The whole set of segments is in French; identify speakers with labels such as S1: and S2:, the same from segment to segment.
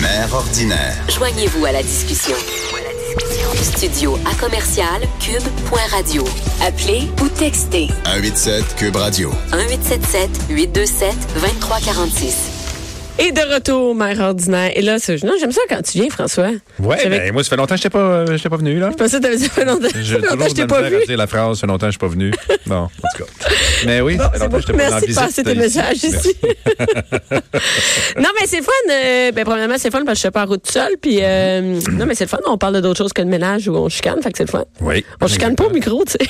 S1: Mère ordinaire.
S2: Joignez-vous à la discussion. Studio à commercial cube.radio. Appelez ou textez
S1: 187 Cube Radio.
S2: 1877 827 2346.
S3: Et de retour, mère ordinaire. Et là, c'est- non, j'aime ça quand tu viens, François.
S4: Ouais,
S3: J'avais-
S4: ben, moi, ça fait longtemps que je n'étais pas, euh, j'étais pas venu, là.
S3: Je pensais que t'avais dit, ça fait longtemps
S4: J'ai
S3: ça fait longtemps que je t'ai
S4: de la
S3: pas
S4: misère
S3: vu.
S4: à dire la phrase, ça fait longtemps que je suis pas venu. Non, en tout cas. Mais oui, ça fait
S3: C'est
S4: longtemps
S3: bon.
S4: que je t'ai pas dans la
S3: Merci de
S4: visite,
S3: passer tes
S4: ici.
S3: messages ici. non, mais c'est fun. euh, ben, premièrement, c'est fun parce que je suis pas en route seule. Puis, euh,
S4: Mhm.
S3: non, mais c'est le fun. On parle d'autre chose que de ménage où on chicane. Fait que c'est le fun.
S4: Oui.
S3: On chicane pas au micro, tu sais.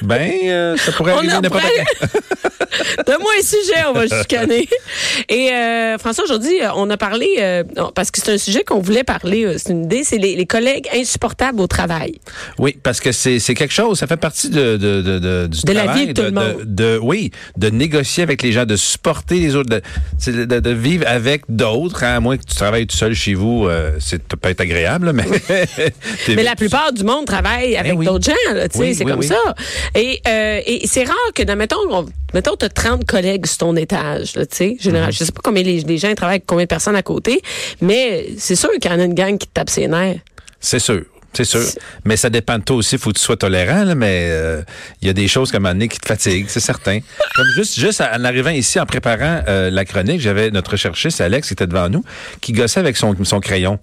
S4: Ben, euh, ça pourrait
S3: On
S4: arriver
S3: en
S4: n'importe
S3: prend-
S4: quand.
S3: Donne-moi un sujet, on va chicaner. Et euh, François, aujourd'hui, euh, on a parlé, euh, non, parce que c'est un sujet qu'on voulait parler, euh, c'est une idée, c'est les, les collègues insupportables au travail.
S4: Oui, parce que c'est c'est quelque chose, ça fait partie de, de, de, de- du
S3: De la
S4: travail,
S3: vie de tout le monde.
S4: de- oui, de négocier avec les gens, de supporter les autres, de, c'est de, de- de vivre avec d'autres, hein, à moins que tu travailles tout seul chez vous, euh, c'est peut être agréable, là, mais... t'es-
S3: Mais la plupart du monde travaille avec
S4: Eh oui.
S3: d'autres gens, là, tu sais,
S4: Oui,
S3: c'est
S4: oui,
S3: comme
S4: oui.
S3: ça. Et, euh, et c'est rare que, dans- mettons, on- mettons, t'as 30 collègues sur ton étage, là, tu sais, général.
S4: Mm-hmm.
S3: Je sais pas combien les, les gens travaillent avec combien de personnes à côté, mais c'est sûr qu'il y en a une gang qui te tape ses
S4: Ben,
S3: nerfs.
S4: C'est sûr. C'est sûr. Mais ça dépend de toi aussi. faut que tu sois tolérant, là, mais euh, il y a des choses comme un moment donné qui te fatiguent, c'est certain. comme juste, juste en arrivant ici, en préparant euh, la chronique, j'avais notre recherchiste, Alex, qui était devant nous, qui gossait avec son, son crayon.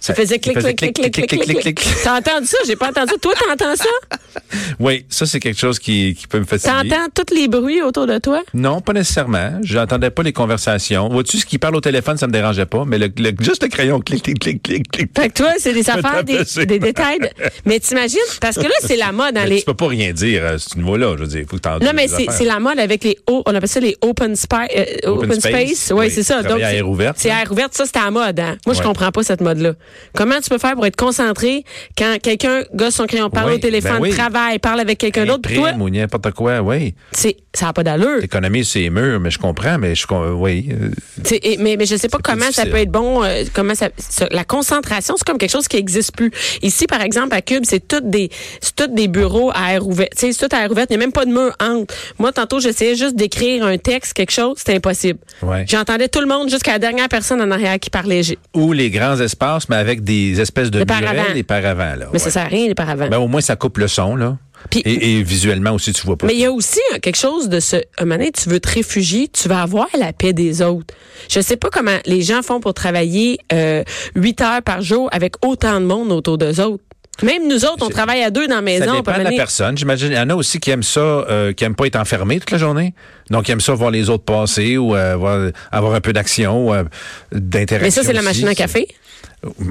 S3: Ça faisait clic, clic, clic, clic, clic, clic, clic. T'as entendu ça? J'ai pas entendu ça. Toi, t'entends ça?
S4: Oui, ça, c'est quelque chose qui, qui peut me fatiguer.
S3: T'entends tous les bruits autour de toi?
S4: Non, pas nécessairement. J'entendais pas les conversations. Vois-tu, ce qui parle au téléphone, ça me dérangeait pas, mais le, le- juste le crayon, clic, clic, clic, clic, clic.
S3: Fait que toi, c'est des affaires, des,
S4: tapais sur-
S3: des détails. de- Mais t'imagines, parce que là, c'est la mode dans
S4: Mais
S3: les.
S4: Tu peux pas rien dire euh, à ce niveau-là, je veux dire. Faut que t'en
S3: Non,
S4: dises
S3: mais
S4: des
S3: c'est
S4: affaires.
S3: c'est la mode avec les hauts, on appelle ça les open, spi- euh,
S4: Open
S3: open space.
S4: space,
S3: Oui,
S4: oui.
S3: c'est ça.
S4: Travailler à
S3: c'est-
S4: air ouverte,
S3: C'est
S4: hein.
S3: à air ouverte, ça, c'est à la mode. hein. Moi, je
S4: Ouais.
S3: comprends pas cette mode-là. Comment tu peux faire pour être concentré quand quelqu'un gosse son crayon, parle
S4: Oui,
S3: au téléphone,
S4: ben oui.
S3: travaille, parle avec quelqu'un d'autre, puis toi,
S4: Imprime ou n'importe quoi, oui.
S3: c'est- ça n'a pas d'allure.
S4: L'économie, c'est mûr, mais je comprends, mais je com- oui. euh,
S3: C'est- et- mais, mais je sais pas
S4: plus
S3: comment ça
S4: difficile.
S3: peut être bon. euh, comment ça, ça- la concentration, c'est comme quelque chose qui existe plus. Ici, par exemple, à Cube, c'est toutes des, c'est toutes des bureaux à air ouvert. Tu sais, C'est tout à air ouvert. Il n'y a même pas de mur entre. Moi, tantôt, j'essayais juste d'écrire un texte, quelque chose. C'était impossible.
S4: Ouais.
S3: J'entendais tout le monde jusqu'à la dernière personne en arrière qui parlait. J'ai-
S4: Ou les grands espaces, mais avec des espèces de
S3: Des paravents.
S4: murets, des paravents. Là,
S3: Mais ça
S4: ouais.
S3: sert à rien, les paravents.
S4: Ben, au moins, ça coupe le son, là.
S3: Puis-
S4: et, et visuellement aussi, tu vois pas.
S3: Mais il y a aussi hein, quelque chose de ce. Un moment donné, tu veux te réfugier, tu vas avoir la paix des autres. Je sais pas comment les gens font pour travailler euh, 8 heures par jour avec autant de monde autour d'eux autres. Même nous autres, on travaille à deux dans la
S4: ça
S3: maison. on peut
S4: dépend de la
S3: mener-
S4: personne. J'imagine, il y en a aussi qui aiment ça, euh, qui aiment pas être enfermé toute la journée. Donc, qui aiment ça voir les autres passer ou euh, voir- avoir un peu d'action ou euh, d'interaction.
S3: mais ça, c'est la
S4: aussi.
S3: machine à café.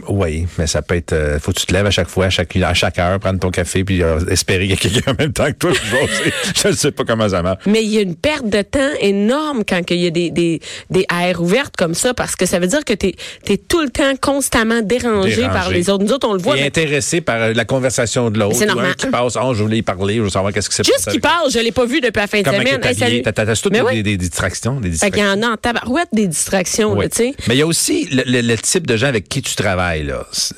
S4: Oui, mais ça peut être. euh, faut que tu te lèves à chaque fois, à chaque, à chaque heure, prendre ton café, puis euh, espérer qu'il y a quelqu'un en même temps que toi. puis jaser. je ne sais pas comment ça marche.
S3: Mais il y a une perte de temps énorme quand il y a des, des, des aires ouvertes comme ça, parce que ça veut dire que tu es, tout le temps constamment dérangé,
S4: Dérangé.
S3: par les autres. Nous autres, on le voit.
S4: Et
S3: mais-
S4: intéressé par euh, la conversation de l'autre.
S3: Mais c'est
S4: Ou
S3: normal.
S4: un qui passe, oh, je voulais y parler, je veux savoir qu'est-ce qui s'est passé.
S3: Juste qui
S4: avec-
S3: parle, je l'ai pas vu depuis la fin de
S4: Comment il
S3: semaine.
S4: est
S3: Hey,
S4: habillé.
S3: salut.
S4: T'as- t'as- t'as toutes
S3: Mais
S4: des,
S3: oui.
S4: des- des distractions. Des
S3: Fait qu'il
S4: distractions.
S3: y en a en tabarouette des distractions,
S4: Oui.
S3: là, tu sais.
S4: Mais il y a aussi le, le- le type de gens avec qui tu travailles. Là. C'est-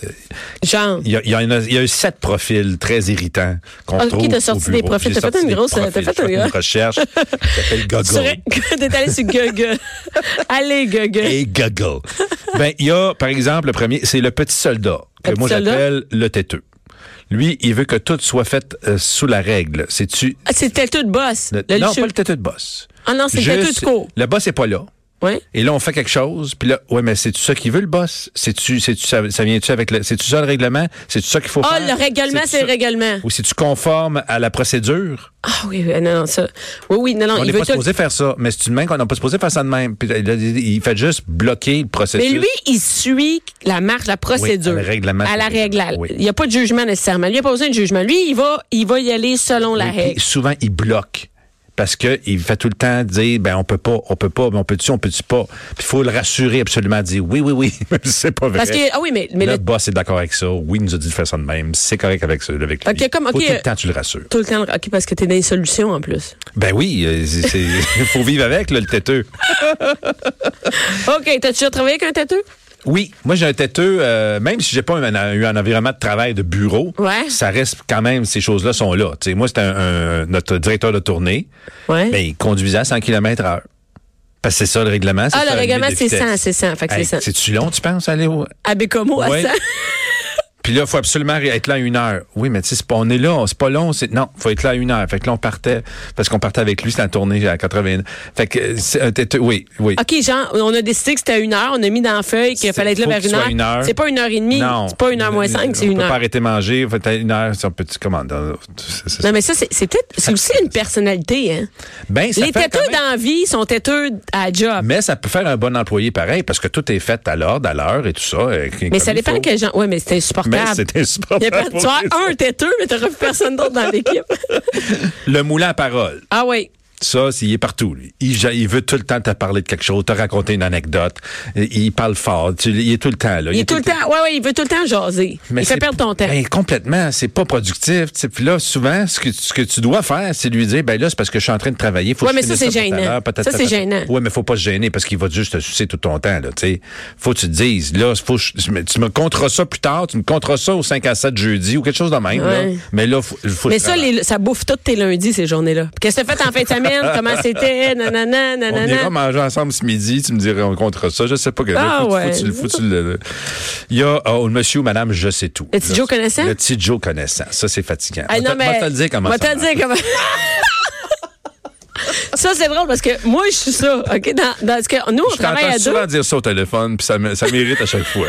S3: Genre.
S4: Il y, a, il y en a- il y a eu sept profils très irritants qu'on
S3: Ok,
S4: trouve.
S3: t'as
S4: au
S3: sorti des
S4: bureau.
S3: profils.
S4: J'ai
S3: T'as fait
S4: sorti
S3: une
S4: des
S3: grosse- t'as
S4: profils.
S3: fait
S4: J'ai
S3: une-
S4: une recherche. qui s'appelle
S3: Tu
S4: Gogol.
S3: serais- T'es allé sur Google. Allez, Google.
S4: et Gogol. ben, il y a, par exemple, le premier, c'est le petit soldat, que
S3: Le petit
S4: moi
S3: soldat?
S4: j'appelle le têteux. Lui, il veut que tout soit fait euh, sous la règle. C'est-tu.
S3: Ah, c'est le têteux de boss.
S4: le-
S3: Le-
S4: non,
S3: le-
S4: pas le têteux de boss.
S3: Ah non, c'est le têteux
S4: Juste,
S3: de cours.
S4: Le boss n'est pas là.
S3: Ouais.
S4: Et là, on fait quelque chose, puis là, ouais, mais c'est-tu ça qu'il veut, le boss? C'est-tu, c'est-tu, ça, ça vient-tu avec le, c'est-tu ça le règlement? C'est-tu ça qu'il faut
S3: Ah,
S4: faire?
S3: le règlement,
S4: C'est-tu
S3: c'est le
S4: ça-
S3: règlement.
S4: Ou c'est-tu conforme à la procédure?
S3: Ah oui, oui, non, non, ça. Oui, oui, non, non,
S4: on
S3: Ah, il
S4: n'est
S3: veut
S4: pas
S3: tout-
S4: supposé faire ça, mais c'est une main qu'on n'a pas supposé faire ça de même. Puis là, il il fait juste bloquer le processus.
S3: Mais lui, il suit la marche, la procédure.
S4: Oui, à la règlement.
S3: À la règle.
S4: Oui.
S3: Il n'y a pas de jugement nécessairement. Lui, il n'y a pas besoin de jugement. Lui, il va, il va y aller selon la
S4: Oui, puis
S3: règle.
S4: souvent, il bloque. parce qu'il fait tout le temps dire, ben, on peut pas, on peut pas, ben, on peut-tu, on peut-tu pas. Puis il faut le rassurer absolument, dire oui, oui, oui, même si c'est pas vrai.
S3: Parce que- ah oui, mais- mais
S4: le,
S3: le-
S4: boss est d'accord avec ça. Oui, il nous a dit de faire ça de même. C'est correct avec ça, avec lui.
S3: Ok, comme-
S4: Faut
S3: ok,
S4: tout le
S3: euh,
S4: temps, tu le rassures.
S3: Tout le temps, OK, parce que t'es dans les solutions en plus.
S4: Ben oui, euh, c'est- c'est- il faut vivre avec, là, le têteux.
S3: OK, t'as déjà travaillé avec un têteux?
S4: Oui, moi j'ai un têteux, euh, même si j'ai pas un- eu un environnement de travail de bureau,
S3: Ouais.
S4: ça reste quand même, ces choses-là sont là. Tu sais, moi, c'était un, un- notre directeur de tournée,
S3: Ouais.
S4: mais Ben, il conduisait à 100 km heure. Parce que c'est ça le règlement.
S3: Ah,
S4: ça,
S3: le
S4: la
S3: règlement,
S4: limite de
S3: c'est
S4: vitesse.
S3: 100, c'est 100, fait que c'est 100.
S4: C'est-tu long, tu penses, aller au...
S3: À Bécomo, à
S4: Ouais.
S3: 100.
S4: Puis là, faut absolument être là à une heure. Oui, mais tu sais, c'est pas- on est là, on- c'est pas long. C'est, non, faut être là à une heure. Fait que là, on partait, parce qu'on partait avec lui, c'était la tournée à 80. Fait que euh, c'est un têteux, oui, oui.
S3: OK, genre, on a décidé que c'était à une heure, on a mis dans la feuille qu'il
S4: C'est-
S3: fallait être là
S4: faut
S3: vers
S4: qu'il
S3: une
S4: soit
S3: heure.
S4: une heure.
S3: C'est pas une heure et demie,
S4: Non.
S3: c'est pas une heure moins cinq, c'est
S4: On
S3: une
S4: peut pas
S3: heure.
S4: arrêter de manger. Faut être à une heure, c'est un petit comment. dans- c'est- c'est-
S3: Non, mais ça, c'est c'est peut-être, c'est aussi une personnalité, hein.
S4: Ben, ça
S3: Les
S4: fait quand
S3: têteux
S4: même-
S3: dans la vie sont têteux à job.
S4: Mais ça peut faire un bon employé pareil parce que tout est fait à l'ordre, à l'heure et tout ça. euh,
S3: Mais
S4: comme
S3: ça
S4: il
S3: dépend
S4: faut.
S3: quel genre. Oui, mais c'est
S4: Mais
S3: insupportable.
S4: c'était
S3: Il y a
S4: super.
S3: per- tu as un têteux, mais t'auras plus personne d'autre dans l'équipe.
S4: Le moulin à parole.
S3: Ah oui.
S4: Ça, c'est- il est partout. lui. Il, ja- il veut tout le temps te parler de quelque chose, te raconter une anecdote. Il il parle fort. Tu- il est tout le temps là.
S3: Il est tout le temps. Ouais, ouais, il veut tout le temps jaser.
S4: Mais
S3: il fait
S4: c'est-
S3: perdre ton temps.
S4: ben, complètement, c'est pas productif. tu sais. Puis là, souvent, ce que, ce que tu dois faire, c'est lui dire, ben là, c'est parce que je suis en train de travailler. Faut
S3: Ouais,
S4: que
S3: mais
S4: je
S3: ça,
S4: finisse
S3: c'est
S4: pour tout à
S3: gênant.
S4: l'heure, patata,
S3: Ça, c'est
S4: patata.
S3: gênant.
S4: Ouais, mais faut pas se gêner parce qu'il va juste te sucer tout ton temps, là, tu sais. Faut que tu te dises, là, faut que je- mais tu me compteras ça plus tard, tu me compteras ça au 5 à 7 jeudi ou quelque chose de même, là.
S3: Ouais.
S4: Mais là, faut, faut que
S3: Mais
S4: je
S3: ça,
S4: travaille.
S3: les- ça bouffe tous tes lundis, ces journées-là. Puis Qu'est-ce que t'as fait en fin de semaine? Comment c'était? Nanana,
S4: On ira
S3: nanana.
S4: manger ensemble ce midi, tu me dirais on comptera ça, je sais pas que
S3: Ah,
S4: faut, faut-
S3: ouais.
S4: faut- faut- faut- le- Il y a oh, le monsieur ou madame je sais tout.
S3: Le petit
S4: Là,
S3: Joe connaissant?
S4: Le petit Joe connaissant, ça c'est fatigant.
S3: Ah,
S4: Va te- va te le dire comment
S3: va
S4: ça
S3: te le
S4: marche.
S3: dire comment. ça, c'est drôle parce que moi, je suis ça. OK? Dans, dans ce que nous, on
S4: Je
S3: travaille
S4: t'entends
S3: à deux.
S4: souvent dire ça au téléphone, puis ça, me- ça mérite à chaque fois.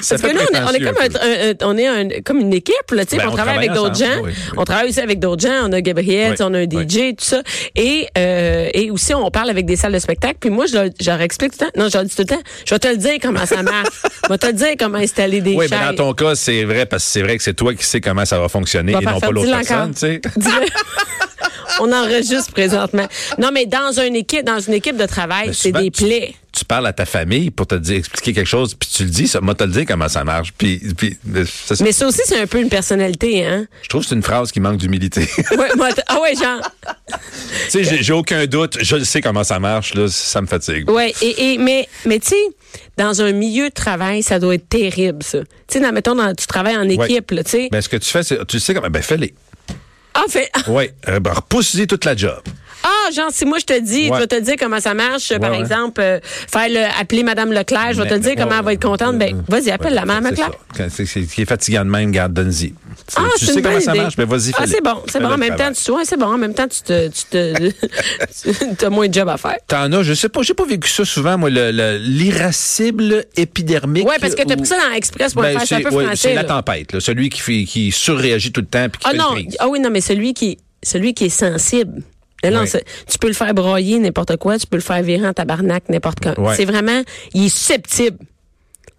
S4: Ça
S3: Parce que
S4: fait
S3: nous, on est, on est
S4: prétentieux
S3: comme,
S4: un
S3: un-
S4: peu.
S3: un- un- on est un- comme une équipe, là, tu sais,
S4: Ben,
S3: puis on,
S4: on
S3: travaille
S4: travaille
S3: avec d'autres gens.
S4: ensemble, oui, oui.
S3: On travaille aussi avec d'autres gens. On a Gabriel,
S4: Oui,
S3: tu sais, on a un DJ, tout ça. Et, euh, et aussi, on parle avec des salles de spectacle. Puis moi, je leur, je leur explique tout le temps. Non, je leur dis tout le temps, je vais te le dire comment ça marche. je vais te le dire comment installer des
S4: Oui, mais
S3: chaises.
S4: dans ton cas, c'est vrai, parce que c'est vrai que c'est toi qui sais comment ça va fonctionner
S3: Va
S4: et
S3: pas
S4: non pas
S3: faire-
S4: l'autre
S3: dis-le
S4: personne,
S3: encore.
S4: tu sais.
S3: On enregistre présentement. Non, mais dans une équipe, dans une équipe de travail,
S4: Mais
S3: c'est
S4: souvent,
S3: des
S4: tu-
S3: plaies.
S4: Tu parles à ta famille pour te dire, expliquer quelque chose, puis tu le dis, ça, moi, te le dire comment ça marche. Puis, puis, euh, ça, c'est-
S3: Mais ça aussi, c'est un peu une personnalité, hein?
S4: je trouve que c'est une phrase qui manque d'humilité.
S3: Ouais, moi, t- ah ouais, genre.
S4: tu sais, j'ai- j'ai aucun doute, je le sais comment ça marche, là, ça me fatigue.
S3: Oui, et, et, mais, mais tu sais, dans un milieu de travail, ça doit être terrible, ça. Tu sais, dans- mettons, dans, tu travailles en équipe, là, tu sais.
S4: Ben, ce que tu fais, c'est, tu le sais comment, ben, fais-les.
S3: ah, fait,
S4: Oui, euh, ben, repousse-y toute la job.
S3: ah, genre, si moi je te dis,
S4: Ouais.
S3: je vais te dire comment ça marche, par
S4: ouais.
S3: exemple, euh, faire le, appeler Madame Leclerc, je vais te
S4: Mais-
S3: dire
S4: mais-
S3: comment elle va être contente, ben, vas-y, appelle la
S4: Mm-hmm. Ouais,
S3: Madame
S4: c'est
S3: Leclerc.
S4: ça. Quand c'est- c'est- Qui est fatigant de même, garde, donne-y.
S3: Ah,
S4: tu
S3: c'est
S4: sais
S3: une
S4: comment
S3: bonne
S4: ça
S3: idée.
S4: marche, mais vas-y,
S3: Ah,
S4: fais-le.
S3: c'est bon, c'est
S4: Fais-le
S3: bon. En
S4: le
S3: même temps,
S4: travail.
S3: tu, ouais, c'est bon. En même temps, tu te, tu te, t'as moins de job à faire.
S4: T'en as, je sais pas, j'ai pas vécu ça souvent, moi, le- le- l'irascible épidermique.
S3: Ouais, parce que t'as
S4: ou-
S3: pris ça dans express.fr,
S4: Ben,
S3: c'est un peu
S4: ouais,
S3: français.
S4: C'est la
S3: là.
S4: tempête, là, celui qui, fait, qui surréagit tout le temps. Puis qui
S3: Ah
S4: fait
S3: non,
S4: une crise.
S3: ah oui, non, mais celui qui, celui qui est sensible. Là, non,
S4: Ouais.
S3: c'est- tu peux le faire broyer n'importe quoi, tu peux le faire virer en tabarnak n'importe quand.
S4: Ouais.
S3: C'est vraiment, il est susceptible.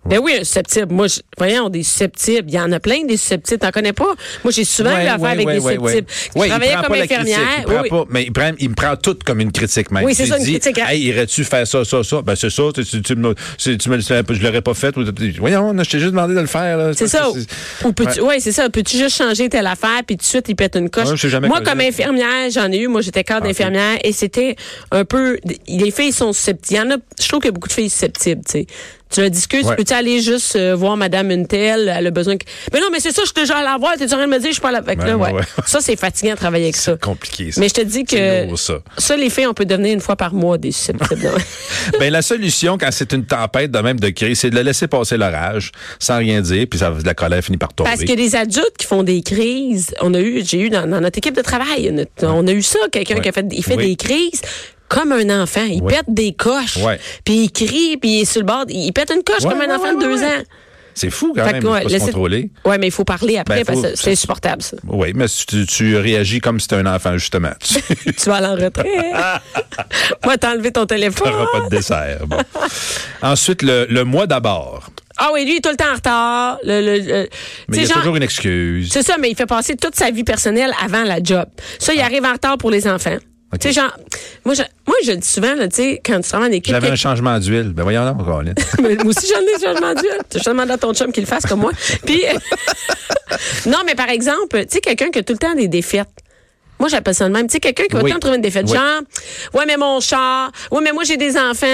S3: Ben oui, un susceptible. Moi, je, voyons, des susceptibles. Il y en a plein des susceptibles. T'en connais pas? Moi, j'ai souvent eu
S4: Ouais,
S3: affaire
S4: ouais,
S3: avec
S4: ouais,
S3: des
S4: ouais,
S3: susceptibles.
S4: ouais.
S3: Je
S4: Ouais, il
S3: travaillais
S4: prend
S3: comme
S4: pas la critique,
S3: infirmière.
S4: il prend
S3: oui, oui.
S4: pas- mais il prend, il me prend tout comme une critique même.
S3: Oui, c'est
S4: Il
S3: ça, une
S4: dit,
S3: critique, hein.
S4: Hey, irais-tu faire ça, ça, ça? Ben, c'est ça, tu, tu, tu me, l'as- c'est- tu me le- je l'aurais pas fait. ou- Voyons, je t'ai juste demandé de le faire, là.
S3: C'est ça.
S4: Parce
S3: Ou
S4: que
S3: ou peux-tu, ouais. c'est ça. Peux-tu juste changer telle affaire, puis tout de suite, il pète une coche.
S4: Ouais, je sais jamais
S3: moi,
S4: causé.
S3: comme infirmière, j'en ai eu. Moi, j'étais cadre
S4: Ah, ok.
S3: d'infirmière, et c'était un peu. Les filles sont susceptibles. Il y en a, je trouve qu'il y a beaucoup de filles susceptibles, tu sais. Tu leur discutes,
S4: Ouais.
S3: peux-tu aller juste euh, voir Madame une telle, elle a besoin que. Mais non, mais c'est ça, je suis déjà allée la voir, t'es en train de me dire, je suis pas là. Fait que
S4: Ouais,
S3: là, ouais.
S4: ouais.
S3: Ça, c'est fatigant de travailler avec ça.
S4: C'est compliqué, ça.
S3: Mais je te dis
S4: C'est
S3: que.
S4: lourd, ça.
S3: les filles, on peut devenir une fois par mois des susceptibles.
S4: Ben, la solution, quand c'est une tempête de même de crise, c'est de la laisser passer l'orage sans rien dire, puis ça, la colère finit par tomber.
S3: Parce que les adultes qui font des crises, on a eu, j'ai eu dans, dans notre équipe de travail, notre- on a eu ça, quelqu'un
S4: Ouais.
S3: qui a fait, il fait
S4: Oui.
S3: des crises comme un enfant. Il
S4: Ouais.
S3: pète des coches,
S4: Ouais.
S3: puis il crie, puis il est sur le bord, il il pète une coche
S4: Ouais,
S3: comme un
S4: ouais,
S3: enfant de
S4: ouais,
S3: deux
S4: ouais.
S3: ans.
S4: C'est fou quand
S3: Fait
S4: même,
S3: que,
S4: de
S3: ouais,
S4: pas se
S3: laissez-
S4: contrôler.
S3: Ouais, mais il faut parler après
S4: Ben,
S3: parce
S4: faut-
S3: que c'est insupportable ça.
S4: Oui, mais tu, tu réagis comme si c'était un enfant, justement. Tu
S3: tu vas aller en retrait. Moi, t'as enlevé ton téléphone.
S4: n'auras pas de dessert. Bon. Ensuite, le, le moi d'abord.
S3: Ah oui, lui, il est tout le temps en retard. Le, le- le- tu
S4: Mais il y
S3: sais,
S4: a
S3: genre-
S4: toujours une excuse.
S3: C'est ça, mais il fait passer toute sa vie personnelle avant la job. Ça, il arrive en retard pour les enfants.
S4: Ah. OK.
S3: Tu sais, genre, moi, je, moi, je le dis souvent, là, tu sais, quand tu travailles en équipe.
S4: J'avais un
S3: quelque-
S4: changement d'huile. Ben voyons donc, Colin.
S3: Mais moi aussi, j'en ai changement d'huile. Je demande à ton chum qu'il le fasse comme moi. Puis, non, mais par exemple, tu sais, quelqu'un qui a tout le temps des défaites. Moi, j'appelle ça de même. Tu sais, quelqu'un qui va
S4: Oui.
S3: tout le temps trouver une défaite.
S4: Oui.
S3: Genre, ouais, mais mon char. Ouais, mais moi, j'ai des enfants.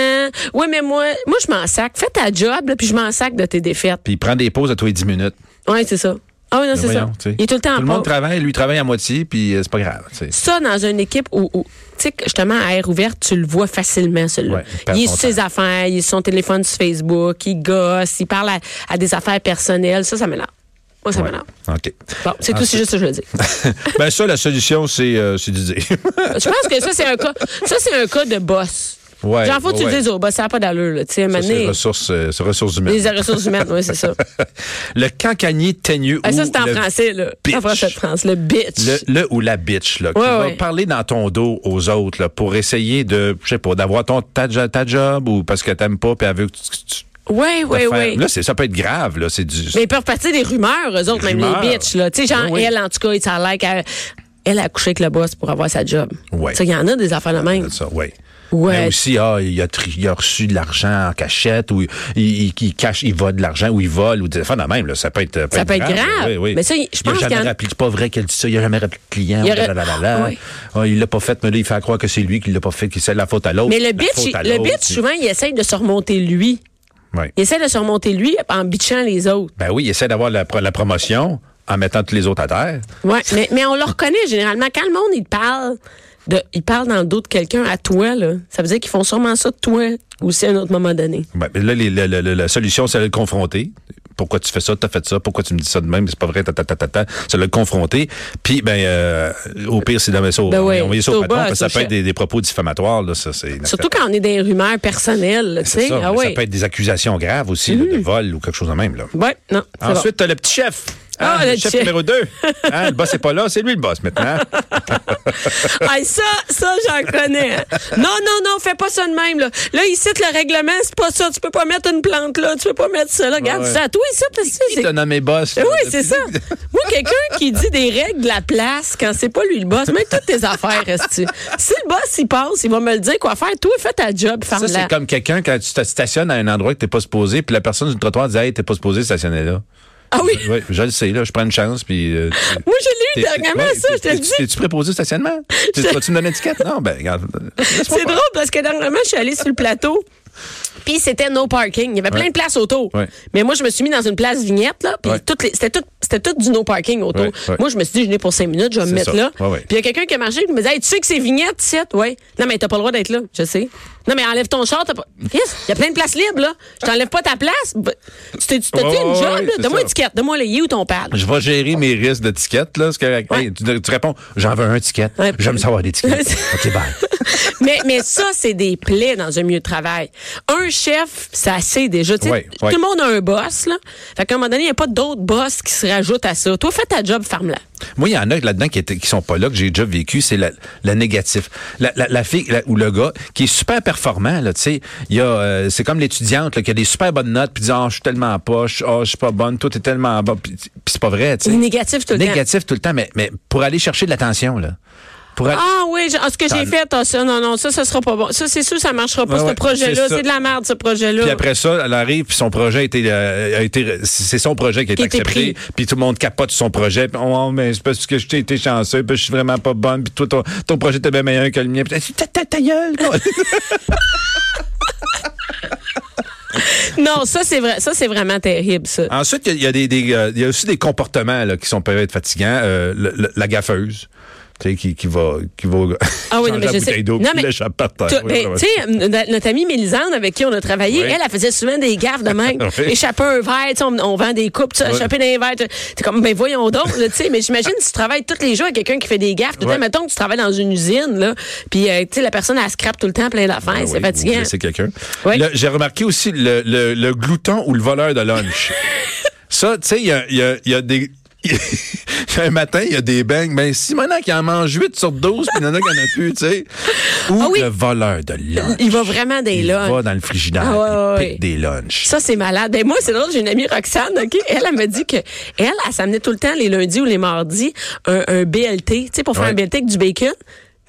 S3: Ouais, mais moi, moi, je m'en sac. Fais ta job, là, puis je m'en sac de tes défaites.
S4: Puis il prend des pauses à tous les 10 minutes.
S3: Ouais, c'est ça. Ah, oui, non,
S4: Ben
S3: c'est ça.
S4: voyons, tu sais.
S3: Il est tout le temps
S4: Tout le
S3: en
S4: monde
S3: pause.
S4: travaille, lui il travaille à moitié, puis euh, c'est pas grave. tu sais.
S3: Ça, dans une équipe où, où- tu sais, que justement, à air ouvert, tu le vois facilement, celui-là.
S4: Ouais, il perd
S3: il est
S4: son
S3: sur ses affaires, il est sur son téléphone sur Facebook, il gosse, il parle à, à des affaires personnelles. Ça, ça m'énerve. Moi, ça
S4: Ouais. Ah,
S3: m'énerve.
S4: OK.
S3: Bon, c'est tout, c'est juste ça que je le dis.
S4: ben ça, la solution, c'est euh, c'est d'y dire.
S3: Je pense que ça, c'est un cas, ça, c'est un cas de boss.
S4: Ouais,
S3: Genre, faut que tu
S4: ouais.
S3: le dises au boss, ça n'a pas d'allure, là. Tu sais, à un
S4: Ça,
S3: moment
S4: c'est
S3: donné,
S4: ressources, euh, c'est ressources humaines.
S3: les ressources humaines, oui, c'est ça.
S4: le cancanier teigneux
S3: Ah, ça,
S4: ou
S3: c'est en
S4: le-
S3: français, là.
S4: bitch.
S3: En français de France, le bitch.
S4: Le, le ou la bitch, là, qui
S3: Ouais,
S4: va
S3: ouais.
S4: parler dans ton dos aux autres là, pour essayer de, je sais pas, d'avoir ton ta, jo- ta job ou parce que t'aimes pas puis elle veut que tu- tu- tu te
S3: Oui, oui,
S4: fasses-
S3: oui.
S4: Là, c'est- ça peut être grave, là. C'est du.
S3: Mais ils peuvent partir des rumeurs, eux autres,
S4: Des
S3: même
S4: rumeurs.
S3: les bitches, là. Tu sais, genre,
S4: Oui, oui.
S3: elle, en tout cas, ça a l'air qu'elle elle a couché avec le boss pour avoir sa job.
S4: Ouais.
S3: Tu sais, il y en a des affaires de même.
S4: Ça, ouais.
S3: Ouais.
S4: Mais aussi, ah, il, a tri- il a reçu de l'argent en cachette ou il, il- il cache, il vole de l'argent ou il vole ou des affaires de même. Là, ça peut être,
S3: Ça peut être grave.
S4: Oui, oui.
S3: Mais ça, il- je
S4: il a
S3: pense qu'il y
S4: jamais
S3: en-
S4: rappelé. C'est pas vrai qu'elle dit ça. Il a jamais rappelé le client.
S3: Il aurait-
S4: blablabla.
S3: Ah, oui.
S4: Ah, il l'a pas fait, mais là, il fait croire que c'est lui qui l'a pas fait, qu'il c'est la faute à l'autre.
S3: Mais le
S4: la
S3: bitch,
S4: faute à
S3: il- le
S4: l'autre,
S3: bitch,
S4: puis-
S3: souvent, il essaye de se remonter lui.
S4: Ouais.
S3: Il essaye de se remonter lui en bitchant les autres.
S4: Ben oui, il essaie d'avoir la, pro- la promotion en mettant tous les autres à terre.
S3: Ouais, mais, mais on le reconnaît généralement. Quand le monde, il te parle, de, il parle dans le dos de quelqu'un à toi, là, ça veut dire qu'ils font sûrement ça de toi aussi à un autre moment donné.
S4: Ben, mais là, les- la, la- la- la solution, c'est de le confronter. Pourquoi tu fais ça, t'as fait ça, pourquoi tu me dis ça de même, c'est pas vrai, ta, ta, ta, ta, ta. C'est de le confronter. Puis, ben, euh, au pire, c'est d'envoyer ça au,
S3: Ben oui,
S4: envoyer ça
S3: c'est
S4: au
S3: au
S4: patron,
S3: boss,
S4: parce que ça
S3: au
S4: peut
S3: chef.
S4: être des, des propos diffamatoires, là, ça, c'est...
S3: Surtout quand on est dans les rumeurs personnelles, là, tu
S4: C'est
S3: sais.
S4: ça,
S3: Ah Mm-hmm.
S4: mais ça
S3: ouais.
S4: peut être des accusations graves aussi, là, de vol ou quelque chose de même, là.
S3: Ouais, non. c'est bon.
S4: Ensuite, t'as le petit chef.
S3: Ah,
S4: le
S3: le
S4: chef
S3: chef.
S4: numéro 2. le boss n'est pas là, c'est lui le boss maintenant.
S3: Ah, ça, ça, j'en connais. hein. Non, non, non, fais pas ça de même. Là, là il cite le règlement, c'est pas ça. Tu peux pas mettre une plante là, tu peux pas mettre ça là. Regarde,
S4: ouais.
S3: ça, toi, ça, parce que
S4: Il
S3: c'est...
S4: t'a nommé boss. là,
S3: Oui, c'est
S4: depuis-
S3: ça. Moi, quelqu'un qui dit des règles de la place quand c'est pas lui le boss, même toutes tes affaires, restent Si le boss, il passe, il va me le dire quoi faire. Toi, fais ta job,
S4: Ça,
S3: ferme-la.
S4: c'est comme quelqu'un quand tu te stationnes à un endroit que t'es pas supposé, puis la personne du trottoir dit Hey, t'es pas supposé stationner là.
S3: Ah oui,
S4: Oui, je le sais, là, je prends une chance, puis. euh, tu-
S3: moi, je l'ai eu
S4: t'es-
S3: dernièrement,
S4: ouais,
S3: ça, je te le
S4: t'es-
S3: dis.
S4: T'es-tu préposé au stationnement? Tu vas-tu me donner une étiquette? Non, ben, regarde.
S3: C'est
S4: laisse-moi faire.
S3: drôle parce que dernièrement, je suis allée sur le plateau. Puis c'était no parking. Il y avait plein de places autour.
S4: Ouais.
S3: Mais moi, je me suis mis dans une place vignette, là. Puis
S4: Ouais.
S3: toutes les- c'était tout, c'était tout du no parking autour.
S4: Ouais, ouais.
S3: Moi, je me suis dit, je n'ai pour cinq minutes, je vais me mettre
S4: C'est ça.
S3: là.
S4: Ouais, ouais.
S3: Puis il y a quelqu'un qui a marché, qui me dit, hey, tu sais que c'est vignette, tu Oui. Non, mais t'as pas le droit d'être là. Je sais. Non, mais enlève ton char. t'as pas- Yes, il y a plein de places libres, là. Je t'enlève pas ta place. Bah, Tu t'es- tu t'as-tu
S4: Ouais,
S3: une
S4: ouais,
S3: job,
S4: ouais,
S3: là?
S4: c'est
S3: Donne-moi
S4: ça.
S3: une étiquette. Donne-moi le you ou ton pad.
S4: Je vais gérer mes risques de tickets, là. c'est correct.
S3: Ouais.
S4: Hey, tu, tu réponds J'en veux un ticket.
S3: Ouais.
S4: J'aime savoir des tickets. OK, bye.
S3: mais, mais ça, c'est des plaies dans un milieu de travail. Un chef, ça c'est déjà. Tu sais,
S4: Ouais, ouais.
S3: Tout le monde a un boss, là. Fait qu'à un moment donné, il n'y a pas d'autres boss qui se rajoutent à ça. Toi, fais ta job, ferme-la.
S4: Moi, il y en a là-dedans qui, étaient- qui sont pas là, que j'ai déjà vécu, c'est la, la négatif. La, la, la fille la- ou le gars qui est super performant, là, tu sais, il y a, euh, c'est comme l'étudiante, là, qui a des super bonnes notes, puis dit, ah, je suis tellement poche, ah, je suis pas bonne, tout est tellement bon, puis puis c'est pas vrai, tu
S3: Il est
S4: sais.
S3: négatif tout le temps.
S4: Négatif tout le temps, mais, mais pour aller chercher de l'attention, là. Pour aller-
S3: Ah oui, je- ah, ce que j'ai
S4: T'en-
S3: fait, ah, ça, non, non, ça, ça sera pas bon. Ça, c'est sûr, ça marchera pas,
S4: Ouais,
S3: ce
S4: ouais,
S3: projet-là.
S4: c'est ça.
S3: C'est de la merde, ce projet-là.
S4: Puis après ça, elle arrive, puis son projet a été, euh, a été- c'est son projet qui a été
S3: Qui a été
S4: accepté,
S3: pris.
S4: puis tout le monde capote sur son projet, puis oh mais c'est parce que je t'ai été chanceux, puis je suis vraiment pas bonne, puis toi ton, ton projet était bien meilleur que le mien, puis ta, ta, ta gueule, quoi.
S3: Non, ça, c'est vrai, ça, c'est vraiment terrible, ça.
S4: Ensuite, il y a- il y, a des, des, euh, il y a aussi des comportements là, qui sont peuvent être fatigants. Euh, le- le- la gaffeuse, tu sais, qui, qui va, qui va
S3: Ah oui, non,
S4: changer
S3: mais
S4: la
S3: je sais.
S4: bouteille d'eau,
S3: Non,
S4: puis
S3: mais-
S4: l'échappe par terre.
S3: Toi,
S4: Oui,
S3: ben,
S4: oui, oui.
S3: tu sais, no- notre amie Mélisande, avec qui on a travaillé,
S4: Oui.
S3: elle, elle faisait souvent des gaffes de même.
S4: Oui.
S3: Échapper un verre, tu sais, on, on vend des coupes, tu sais,
S4: Oui.
S3: échapper d'un verre. tu- T'es comme, ben voyons donc, là, tu sais. Mais j'imagine, si tu travailles tous les jours avec quelqu'un qui fait des gaffes, tout le
S4: Oui.
S3: temps, mettons que tu travailles dans une usine, là, puis, euh, tu sais, la personne, elle scrape tout le temps plein d'affaires,
S4: Ah oui,
S3: c'est
S4: vous
S3: fatigant.
S4: blessez quelqu'un.
S3: Oui.
S4: Le- J'ai remarqué aussi le, le, le glouton ou le voleur de lunch. Ça, tu sais, il y a, il y a- il y a des. un matin, il y a des bangs. Ben, si maintenant qu'il en mange 8 sur 12, puis il y en a qui en a plus, tu sais. Ou
S3: Ah oui.
S4: le voleur de lunch.
S3: Il va vraiment des
S4: Il
S3: lunchs.
S4: va dans le frigidaire,
S3: Ah ouais,
S4: il
S3: ouais,
S4: pique
S3: ouais.
S4: des lunchs.
S3: Ça, c'est malade. Ben, moi, c'est drôle, j'ai une amie Roxane, OK? Elle, elle me dit que, elle, elle s'amenait tout le temps, les lundis ou les mardis, un, un BLT, tu sais, pour faire
S4: Ouais.
S3: un BLT avec du bacon.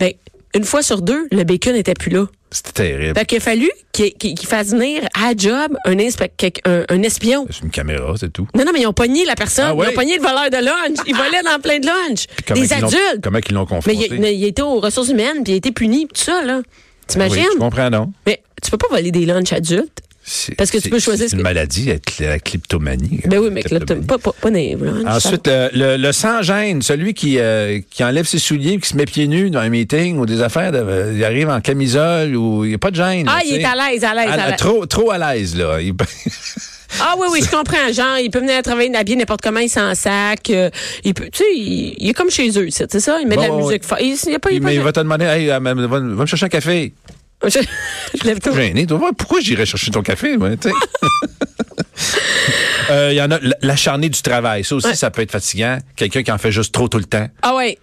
S3: Ben, une fois sur deux, le bacon n'était plus là.
S4: C'était terrible.
S3: Fait qu'il a fallu qu'il qu'il- qu'il fasse venir à job un, inspe- quelqu'un- un, un espion.
S4: C'est une caméra, c'est tout.
S3: Non, non, mais ils ont pogné la personne.
S4: Ah ouais?
S3: Ils ont pogné le voleur de lunch. Ils volaient dans plein de lunch.
S4: Puis comment
S3: Des
S4: qu'ils l'ont-
S3: adultes.
S4: Comment ils l'ont
S3: Mais
S4: confronté?
S3: il, mais il était aux ressources humaines, puis il a été puni, puis tout ça, là. T'imagines?
S4: Ah Oui, je comprends, non?
S3: mais tu peux pas voler des lunchs adultes.
S4: C'est-
S3: Parce que tu
S4: c'est-
S3: peux choisir
S4: C'est
S3: ce
S4: une
S3: que-
S4: maladie, la cl- la kleptomanie.
S3: Ben oui, mais que là, t'as-
S4: Kleptomanie.
S3: pas, pas, pas des lunchs.
S4: Ah, Ensuite, le, le, le sans-gêne, celui qui, euh, qui enlève ses souliers, qui se met pieds nus dans un meeting ou des affaires, de- euh, il arrive en camisole ou il n'y a pas de gêne.
S3: Ah,
S4: là,
S3: il
S4: tu
S3: est
S4: sais.
S3: à l'aise, à l'aise,
S4: Ah,
S3: à l'aise.
S4: Trop, trop à l'aise, là. Il-
S3: Ah oui, oui, je comprends. Genre, il peut venir travailler habillé n'importe comment, il s'en sac. euh, il peut, tu sais, il, il est comme chez eux, c'est c'est ça? Il met de la
S4: Bon,
S3: musique forte. Il, il y a pas, il y a pas
S4: mais il
S3: de-
S4: va te demander, hey, euh, va, va me chercher un café.
S3: Je, je lève tout.
S4: Gêné, toi, ouais, pourquoi j'irais chercher ton café, moi, tu sais? Euh, Il y en a l- l'acharné du travail. Ça aussi, ça peut être fatigant. Quelqu'un qui en fait juste trop tout le temps.
S3: Ah ouais.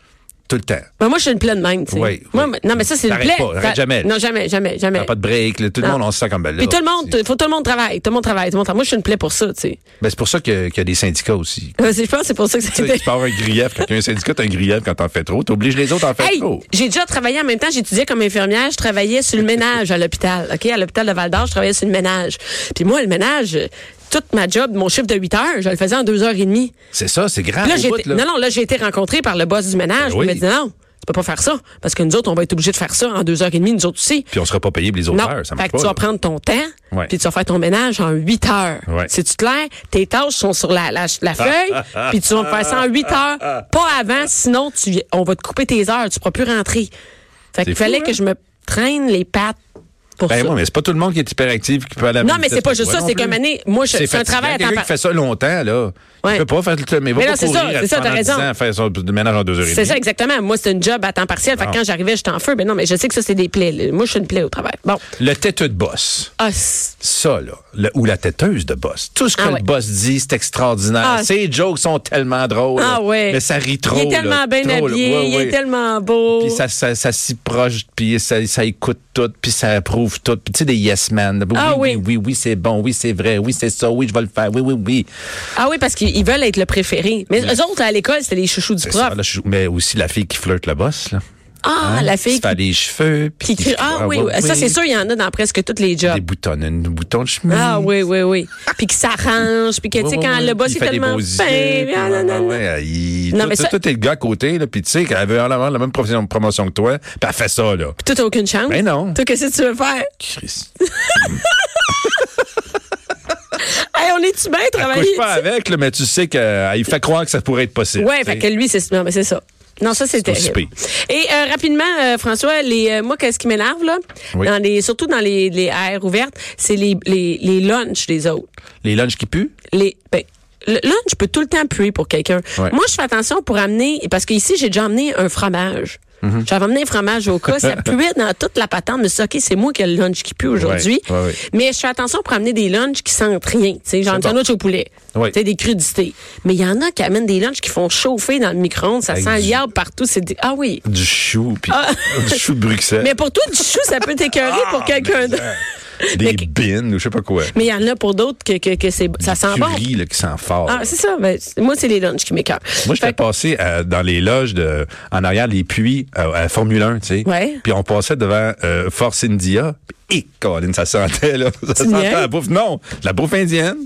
S4: Tout le temps.
S3: Ben, moi, je suis une pleine même, tu sais.
S4: Oui,
S3: Moi,
S4: oui.
S3: mais- Non, mais ça, c'est une plaie.
S4: T'arrêtes pas, t'arrêtes
S3: Ça-
S4: jamais.
S3: Non, jamais, jamais,
S4: Il
S3: jamais.
S4: n'y a pas de break. là. tout le
S3: Non.
S4: monde, on se sent comme ben, là.
S3: Puis tout le
S4: c'est-
S3: monde, faut tout le monde travaille, tout le monde travaille, tout le monde travaille. Moi, je suis une plaie pour ça, tu sais.
S4: Ben, c'est pour ça que- qu'il y a des syndicats aussi.
S3: Je pense que c'est pour ça que
S4: Tu sais,
S3: c'était.
S4: tu peux avoir un grief. Quand tu as un syndicat, tu as un grief quand t'en fais trop. T'obliges les autres à en faire
S3: Hey,
S4: trop.
S3: j'ai déjà travaillé en même temps, j'étudiais comme infirmière, je travaillais sur le ménage à l'hôpital, OK, à l'hôpital de Val-d'Or, je travaillais sur le ménage. Puis moi le ménage, euh, toute ma job, mon chiffre de 8 heures, je le faisais en 2 heures et demie.
S4: C'est ça, c'est grave.
S3: Puis là,
S4: Ah, au
S3: j'ai
S4: bout,
S3: été-
S4: là.
S3: non non, là j'ai été rencontrée par le boss du ménage, puis
S4: Ben
S3: il m'a
S4: oui.
S3: dit non, tu peux pas faire ça parce que nous autres on va être obligés de faire ça en 2 heures et demie nous autres aussi.
S4: Puis on sera pas payé pour les autres
S3: Non,
S4: heures.
S3: fait
S4: Ça marche
S3: que
S4: pas.
S3: tu vas
S4: là.
S3: prendre ton temps,
S4: Ouais.
S3: puis tu vas faire ton ménage en 8 heures.
S4: Ouais.
S3: C'est-tu clair? Tes tâches sont sur la, la, la feuille, puis tu vas me faire ça en 8 heures, pas avant, sinon tu, on va te couper tes heures, tu pourras plus rentrer. Fait qu'il
S4: fou,
S3: fallait
S4: hein?
S3: que je me traîne les pattes pour
S4: Ben
S3: ça.
S4: ouais, mais c'est pas tout le monde qui est hyperactif qui peut aller à la
S3: Non,
S4: même
S3: mais c'est
S4: vitesse
S3: pas
S4: que
S3: juste
S4: toi
S3: ça,
S4: non
S3: c'est
S4: plus.
S3: qu'à un moment donné, moi, je- c'est un
S4: fatigant.
S3: travail à temps
S4: Quelqu'un
S3: par-
S4: qui fait ça longtemps, là.
S3: Ouais.
S4: Il peut pas faire tout le mais il va
S3: Mais
S4: pas
S3: non, c'est
S4: courir
S3: ça,
S4: à
S3: c'est ça, t'as
S4: pendant
S3: raison.
S4: 10 ans à faire son ménage en deux heures et
S3: C'est
S4: demie.
S3: ça exactement. Moi, c'était une job à temps partiel. Fait que
S4: Bon.
S3: quand j'arrivais, j'étais en feu. Ben non, mais je sais que ça, c'est des plaies. Moi, je suis une plaie au travail. Bon.
S4: Le têteux de boss.
S3: Ah, c'est-
S4: Ça, là, le- ou la têteuse de boss. Tout ce que
S3: Ah ouais.
S4: le boss dit, c'est extraordinaire.
S3: Ah.
S4: Ses jokes sont tellement drôles.
S3: ah
S4: là.
S3: ouais.
S4: Mais ça rit trop.
S3: Il est
S4: là,
S3: tellement bien
S4: trop, là.
S3: habillé,
S4: Ouais,
S3: il
S4: ouais.
S3: est tellement beau.
S4: Puis ça, ça, ça s'y proche, puis ça, ça écoute tout, puis ça approuve tout. Puis tu sais, des yes men. Oui,
S3: Ah oui.
S4: oui, oui, oui, c'est bon, oui, c'est vrai, oui, c'est ça, oui, je vais le faire, oui, oui, oui.
S3: Ah oui, parce qu'ils ils veulent être le préféré. Mais eux autres, à l'école, c'était les chouchous du
S4: C'est
S3: prof.
S4: ça, là, je- mais aussi la fille qui flirte le boss, là.
S3: ah,
S4: Hein?
S3: la fille
S4: Qui se fait
S3: qui,
S4: les cheveux, puis
S3: qui crie. Ah oui, oui. ça, c'est sûr, il y en a dans presque tous les jobs.
S4: Des boutons, une bouton de chemise.
S3: Ah oui, oui, oui. Puis qui s'arrange, puis que, tu sais, quand le boss
S4: il
S3: est
S4: fait des
S3: tellement
S4: beaux
S3: fin,
S4: yeux, puis
S3: ah, non,
S4: ouais,
S3: non, non.
S4: ouais, il-
S3: Non,
S4: tout-
S3: mais ça-
S4: tout- Tout est le gars à côté, là, puis tu sais, qu'elle avait en avant la même profession- promotion que toi, puis elle fait ça, là.
S3: Toi, t'as aucune chance.
S4: Ben non.
S3: Toi, qu'est-ce que tu veux faire?
S4: Chris.
S3: Hey, on est-tu bien travaillé?
S4: Couche pas avec, là, mais tu sais qu'il fait croire que ça pourrait être possible.
S3: Ouais,
S4: tu sais.
S3: fait que lui, c'est non, mais c'est ça. Non, ça, c'est
S4: aussi
S3: terrible. Et euh, rapidement, euh, François, les, euh, moi, qu'est-ce qui m'énerve, là?
S4: Oui.
S3: Dans les, surtout dans les, les aires ouvertes, c'est les, les, les lunchs des autres.
S4: Les lunchs qui puent?
S3: les ben, le lunch peut tout le temps puer pour quelqu'un.
S4: Ouais.
S3: Moi, je fais attention pour amener parce qu'ici, j'ai déjà amené un fromage.
S4: Mm-hmm.
S3: J'avais amené un fromage au cas, ça puait dans toute la patente. Mais ça, OK, c'est moi qui ai le lunch qui pue aujourd'hui.
S4: Ouais, ouais, ouais.
S3: Mais je fais attention pour amener des lunchs qui sentent rien. Tu sais, Genre un
S4: bon.
S3: sandwich au poulet,
S4: Ouais.
S3: Tu sais, des crudités. Mais il y en a qui amènent des lunchs qui font chauffer dans le micro-ondes. Ça
S4: Avec
S3: sent
S4: du-
S3: liable partout. C'est des- Ah oui.
S4: Du chou, puis du chou de Bruxelles.
S3: Ah. Mais pour toi, du chou, ça peut t'écœurer
S4: Ah,
S3: pour quelqu'un d'autre.
S4: Des
S3: Mais-
S4: bines, ou je sais pas quoi.
S3: Mais il y en a pour d'autres que, que, que c'est, ça sent
S4: du
S3: bon.
S4: riz, là, qui sent fort.
S3: Ah, c'est ça. Ben, moi, c'est les lunchs qui m'écœurent.
S4: Moi, j'étais
S3: Fait que-
S4: passé euh, dans les loges de, en arrière des puits euh, à Formule 1, tu sais.
S3: Ouais.
S4: Puis on passait devant euh, Force India. Et Colin, ça sentait, là. Ça sentait
S3: niaises?
S4: la bouffe. Non, la bouffe indienne.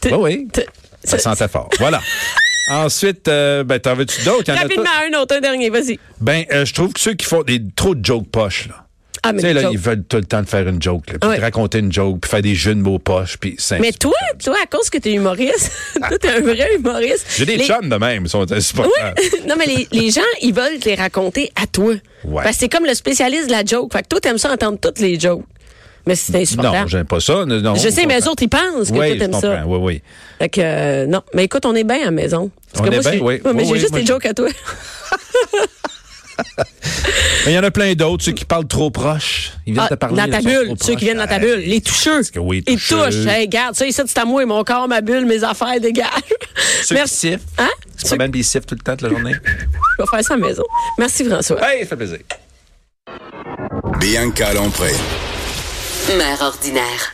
S3: T'es-
S4: Ben oui.
S3: t'es-
S4: Ça sentait fort. Voilà. Ensuite, euh, ben, t'en veux-tu d'autres? Il y en a
S3: Rapidement,
S4: tout.
S3: un autre, un dernier, vas-y.
S4: Ben, euh, je trouve que ceux qui font des, trop de jokes poches, là.
S3: Ah,
S4: Tu
S3: mais,
S4: sais, là,
S3: joke.
S4: ils veulent tout le temps te faire une joke, là, puis
S3: Ouais.
S4: te raconter une joke, puis faire des jeux de mots poches, puis c'est
S3: mais toi, toi, à cause que t'es humoriste, toi, t'es un vrai humoriste.
S4: J'ai des
S3: les...
S4: chums de même, ils sont insupportables.
S3: Oui, non, mais les, les gens, ils veulent te les raconter à toi.
S4: Ouais.
S3: Parce que c'est comme le spécialiste de la joke. Fait que toi, t'aimes ça entendre toutes les jokes. Mais c'est
S4: Non,
S3: insupportable.
S4: j'aime pas ça. Non,
S3: je sais, mais eux
S4: autres
S3: autres, ils pensent que
S4: Oui,
S3: toi,
S4: je
S3: t'aimes
S4: comprends.
S3: ça.
S4: Oui, oui.
S3: Fait que, euh, non. Mais écoute, on est bien à la maison. Parce
S4: On
S3: que
S4: est
S3: moi,
S4: bien,
S3: j'ai-
S4: oui.
S3: mais
S4: Oui,
S3: j'ai
S4: oui,
S3: juste
S4: moi,
S3: des
S4: je-
S3: jokes à toi.
S4: Mais il y en a plein d'autres, ceux qui parlent trop proche. Ils viennent
S3: Ah,
S4: te parler.
S3: dans ta
S4: ils sont
S3: bulle,
S4: trop
S3: ceux qui
S4: proches.
S3: viennent dans ta
S4: Hey,
S3: bulle, les toucheux.
S4: que oui,
S3: ils
S4: toucheux.
S3: touchent. Hey, regarde, ça, ici, c'est à moi, mon corps, ma bulle, mes affaires, dégage.
S4: Ceux qui
S3: Merci.
S4: sifflent.
S3: Hein?
S4: Tu peux même des siffles tout le temps de la journée.
S3: Je vais faire ça à la maison. Merci, François.
S4: hey, ça fait plaisir.
S1: Bianca Lompré.
S2: Mère ordinaire.